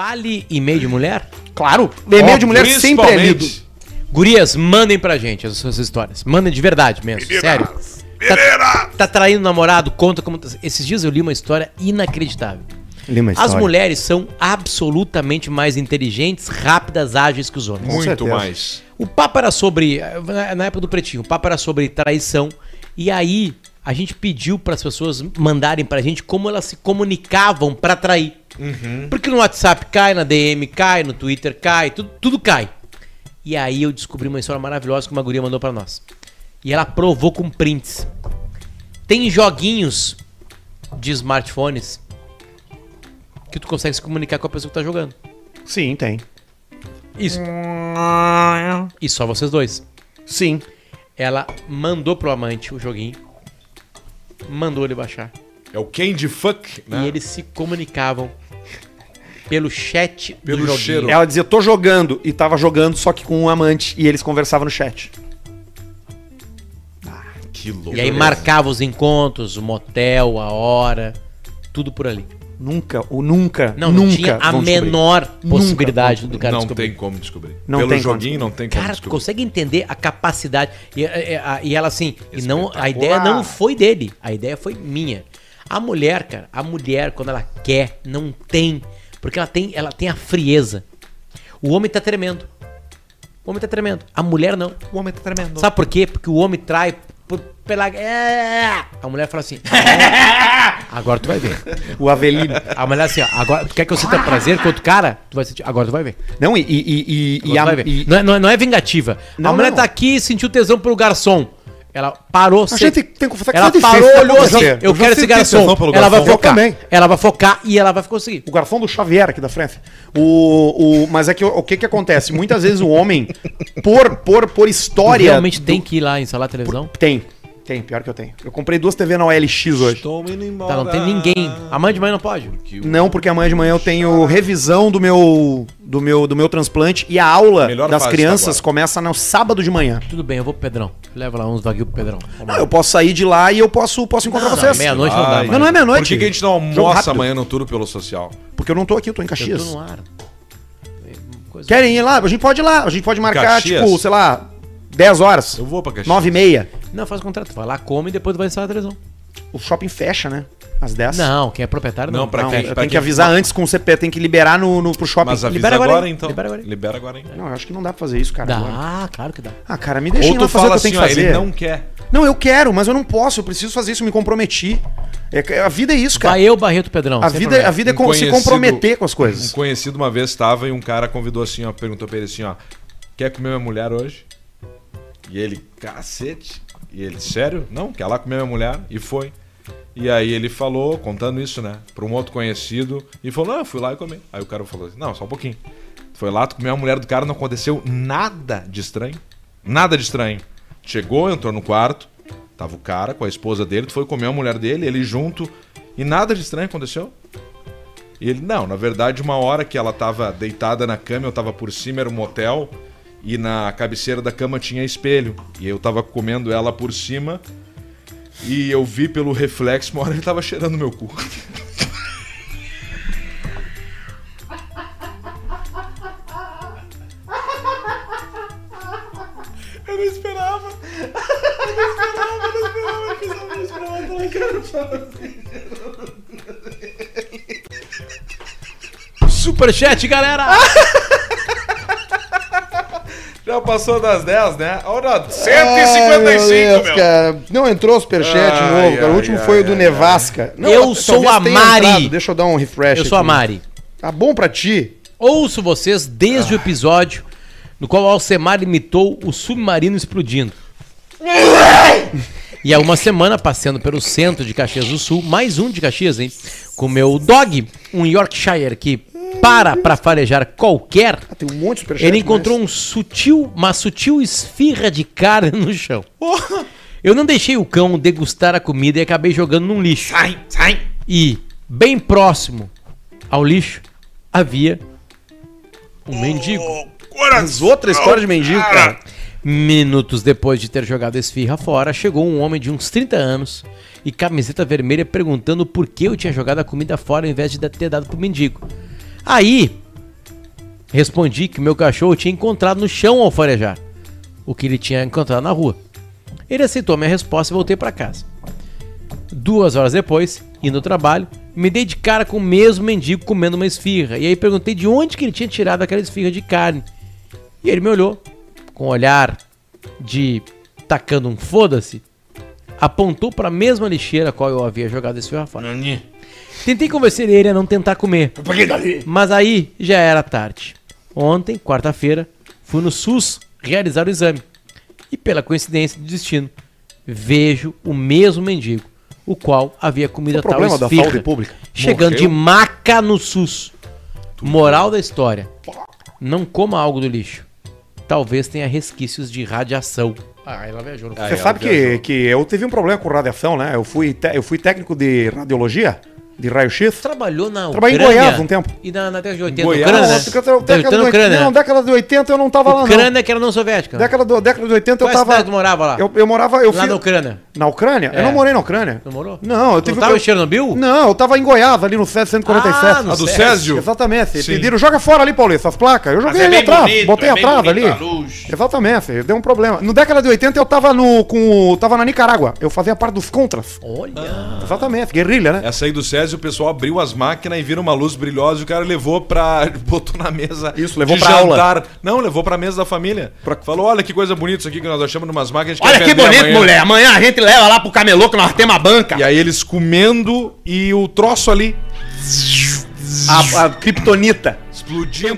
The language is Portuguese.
Vale e-mail de mulher? Claro, e-mail de mulher sempre é lido. Principalmente. Gurias, mandem pra gente as suas histórias. Mandem de verdade mesmo, sério. Tá, tá traindo namorado, conta como. tá- Esses dias eu li uma história inacreditável. Li uma As história. mulheres são absolutamente mais inteligentes, rápidas, ágeis que os homens. Muito certeza. mais. O papo era sobre. na- Na época do Pretinho, o papo era sobre traição. E aí, a gente pediu para as pessoas mandarem pra gente como elas se comunicavam pra trair. Porque no WhatsApp cai, na DM cai, no Twitter cai, tudo, tudo cai. E aí eu descobri uma história maravilhosa que uma guria mandou pra nós. E ela provou com prints. Tem joguinhos de smartphones que tu consegue se comunicar com a pessoa que tá jogando. Sim, tem. Isso. E só vocês dois. Sim. Ela mandou pro amante o joguinho. Mandou ele baixar. É o Candy Fuck, né? E eles se comunicavam pelo chat Pelo do joguinho. cheiro. Ela dizia, tô jogando, e tava jogando só que com um amante, e eles conversavam no chat. Que louco. E aí marcava os encontros, o motel, a hora, tudo por ali. Nunca, ou nunca, Não, nunca não tinha a vão descobrir. menor Nunca possibilidade vão do cara não descobrir. tem como descobrir. Não Pelo tem como joguinho não tem como Cara, tu descobrir. consegue entender a capacidade. E, e- e ela assim, e não, a Espetacular. ideia não foi dele, a ideia foi minha. A mulher, cara, a mulher, quando ela quer, não tem. Porque ela tem, ela tem a frieza. O homem tá tremendo. O homem tá tremendo. A mulher não. O homem tá tremendo. Sabe por quê? Porque o homem trai por- pela. É. A mulher fala assim. "Ah, Agora tu vai ver. O Avelino. A mulher assim, ó, agora, tu quer que eu sinta prazer com outro cara? Tu vai sentir. Agora tu vai ver. Não, e, e, e, Agora e, a- tu vai ver. e- Não, é, não é- não é vingativa. Não, a mulher não. tá aqui e sentiu tesão pelo garçom. Ela parou. A gente tem que confessar que Ela isso é parou, difícil de olhou assim. acontecer. Eu, Eu já quero esse senti garçom. tesão pelo Ela vai garçom. focar. Eu também. Ela vai focar e ela vai conseguir. O garçom do Xavier aqui da frente. O, o, mas é que o que que acontece? Muitas vezes o homem, por, por, por história... Realmente do- tem que ir lá instalar a televisão? Tem. Tem, pior que eu tenho. Eu comprei duas TV na OLX hoje. Estou indo embora. Tá, não tem ninguém. A mãe de mãe não pode. Não, porque amanhã de manhã eu tenho revisão do meu do meu, do meu transplante e a aula Melhor das fase tá crianças agora. começa no sábado de manhã. Tudo bem, eu vou pro Pedrão. Leva lá uns vaguinho pro Pedrão. Não, Ah, eu posso sair de lá e eu posso, posso encontrar Não, vocês. meia-noite não dá Ai, mais. Não, não é meia-noite. Por que, que a gente não Jogo almoça rápido. amanhã no Turo pelo Social? Porque eu não tô aqui, eu tô em Eu Caxias. tô no ar. É, Coisa- Querem ir lá? A gente pode ir lá. A gente pode marcar, Caxias? tipo, sei lá, 10 horas. Eu vou pra Caxias. 9 e meia. Não, faz o contrato. Vai lá, come e depois vai instalar a televisão. O shopping fecha, né? Às 10. Não, quem é proprietário não. Não, pra Não, quem- eu pra tenho que quem- avisar antes com o CP, tem que liberar no, no, pro shopping. Mas avisa Libera agora, agora, hein? então. Libera agora, hein? Libera agora, hein? Não, eu acho que não dá pra fazer isso, cara. agora. Dá, claro que dá. Ah, cara, me deixa Ou ir lá tu fazer o fala que eu assim, tenho ó, que fazer. ele não quer. Não, eu quero, mas eu não posso. Eu preciso fazer isso, me comprometi. É, a vida é isso, cara. Vai eu, Barreto Pedrão. a, sem vida, problema. a vida é Um com- se conhecido- comprometer com as Um coisas. conhecido uma vez estava e um cara convidou assim, ó, perguntou pra ele assim, ó, quer comer minha mulher hoje? E ele, cacete. E ele, sério? Não, quer lá comer minha mulher? E foi. E aí ele falou, contando isso, né, pra um outro conhecido, e falou, não, eu fui lá e comi. Aí o cara falou assim, não, só um pouquinho. Foi lá, tu comeu a mulher do cara, não aconteceu nada de estranho. Nada de estranho. Chegou, entrou no quarto, tava o cara com a esposa dele, tu foi comer a mulher dele, ele junto, e nada de estranho aconteceu. E ele, não, na verdade, uma hora que ela tava deitada na cama, eu tava por cima, era um motel, e na cabeceira da cama tinha espelho. E eu tava comendo ela por cima, e eu vi pelo reflexo, uma hora ele tava cheirando meu cu. Eu não esperava. Eu não esperava, eu não esperava, eu não esperava. Eu não esperava. Superchat, galera! Já passou das 10, né? Olha, Ai, meu 155, Deus, é meu. É, cara. Não entrou o superchat Ai, novo, cara. O ai, último ai, foi o ai, do ai. Nevasca. Não, Eu talvez sou a tenha Mari. Deixa eu dar um refresh. Eu sou a aqui. Mari. Tá bom pra ti? Ouço vocês desde o episódio no qual Alcemar imitou o submarino explodindo. E há uma semana, passeando pelo centro de Caxias do Sul, mais um de Caxias, hein? Com meu dog, um Yorkshire que para pra farejar qualquer, Ah, tem um monte de superchat. ele encontrou um sutil, uma sutil esfirra de carne no chão. Eu não deixei o cão degustar a comida e acabei jogando num lixo. Sai, sai. E bem próximo ao lixo havia um mendigo. Mas outra história de Ah, mendigo, cara. Minutos depois de ter jogado a esfirra fora, chegou um homem de uns 30 anos e camiseta vermelha perguntando por que eu tinha jogado a comida fora ao invés de ter dado pro mendigo. Aí, Respondi que meu cachorro tinha encontrado no chão ao farejar o que ele tinha encontrado na rua. Ele aceitou minha resposta e voltei para casa. Duas horas depois, indo ao trabalho, me dei de cara com o mesmo mendigo comendo uma esfirra. E aí perguntei de onde que ele tinha tirado aquela esfirra de carne. E ele me olhou com um olhar de tacando um foda-se, apontou para a mesma lixeira a qual eu havia jogado a esfirra fora. Tentei convencer ele a não tentar comer. Mas aí já era tarde. Ontem, quarta-feira, fui no SUS realizar o exame. E pela coincidência do destino, vejo o mesmo mendigo, o qual havia comido a tal problema da esfirra, saúde pública. Chegando de Morreu? maca no SUS. Moral da história. Não coma algo do lixo. Talvez tenha resquícios de radiação. Ah, ela viajou no Aí Você ela sabe que, viajou. que eu tive um problema com radiação, né? Eu fui, te- eu fui técnico de radiologia, de raio-x. Trabalhou na Trabalhei em Ucrânia Goiás um tempo. E na, na década de 80, Goiás? Ucrânia, Não, né? década de- Tá lutando na Ucrânia. não, década de 80 eu não tava lá, não. Ucrânia que era não soviética. Década, do, década de 80 Qual eu tava. cidade tu morava lá? Eu, eu morava. Eu Ah. Lá fui- na Ucrânia. Na Ucrânia? É. Eu não morei na Ucrânia. Não morou? Não, eu Tu tive. tava eu- em Chernobyl? Não, eu tava em Goiás, ali no Césio 147. Ah, no A do Certo. Césio? Exatamente. Sim. Pediram, joga fora ali, Paulista, as placas. Eu Mas joguei é ali bem atrás. bonito, botei é bem atrás ali. bonito a luz. Exatamente, deu um problema. No década de 80 eu tava no. Com, o- tava na Nicarágua. Eu fazia parte dos contras. Olha. Exatamente, guerrilha, né? Essa aí do Césio, o pessoal abriu as máquinas e viram uma luz brilhosa e o cara levou pra. botou na mesa. Isso, levou pra aula. Não, levou pra mesa da família. Falou: olha que coisa bonita isso aqui que nós achamos numas máquinas. a gente Olha quer que vender bonito, amanhã." mulher. Amanhã a gente leva lá pro camelô que nós temos a banca. E aí eles comendo e o troço ali A, a criptonita. explodindo.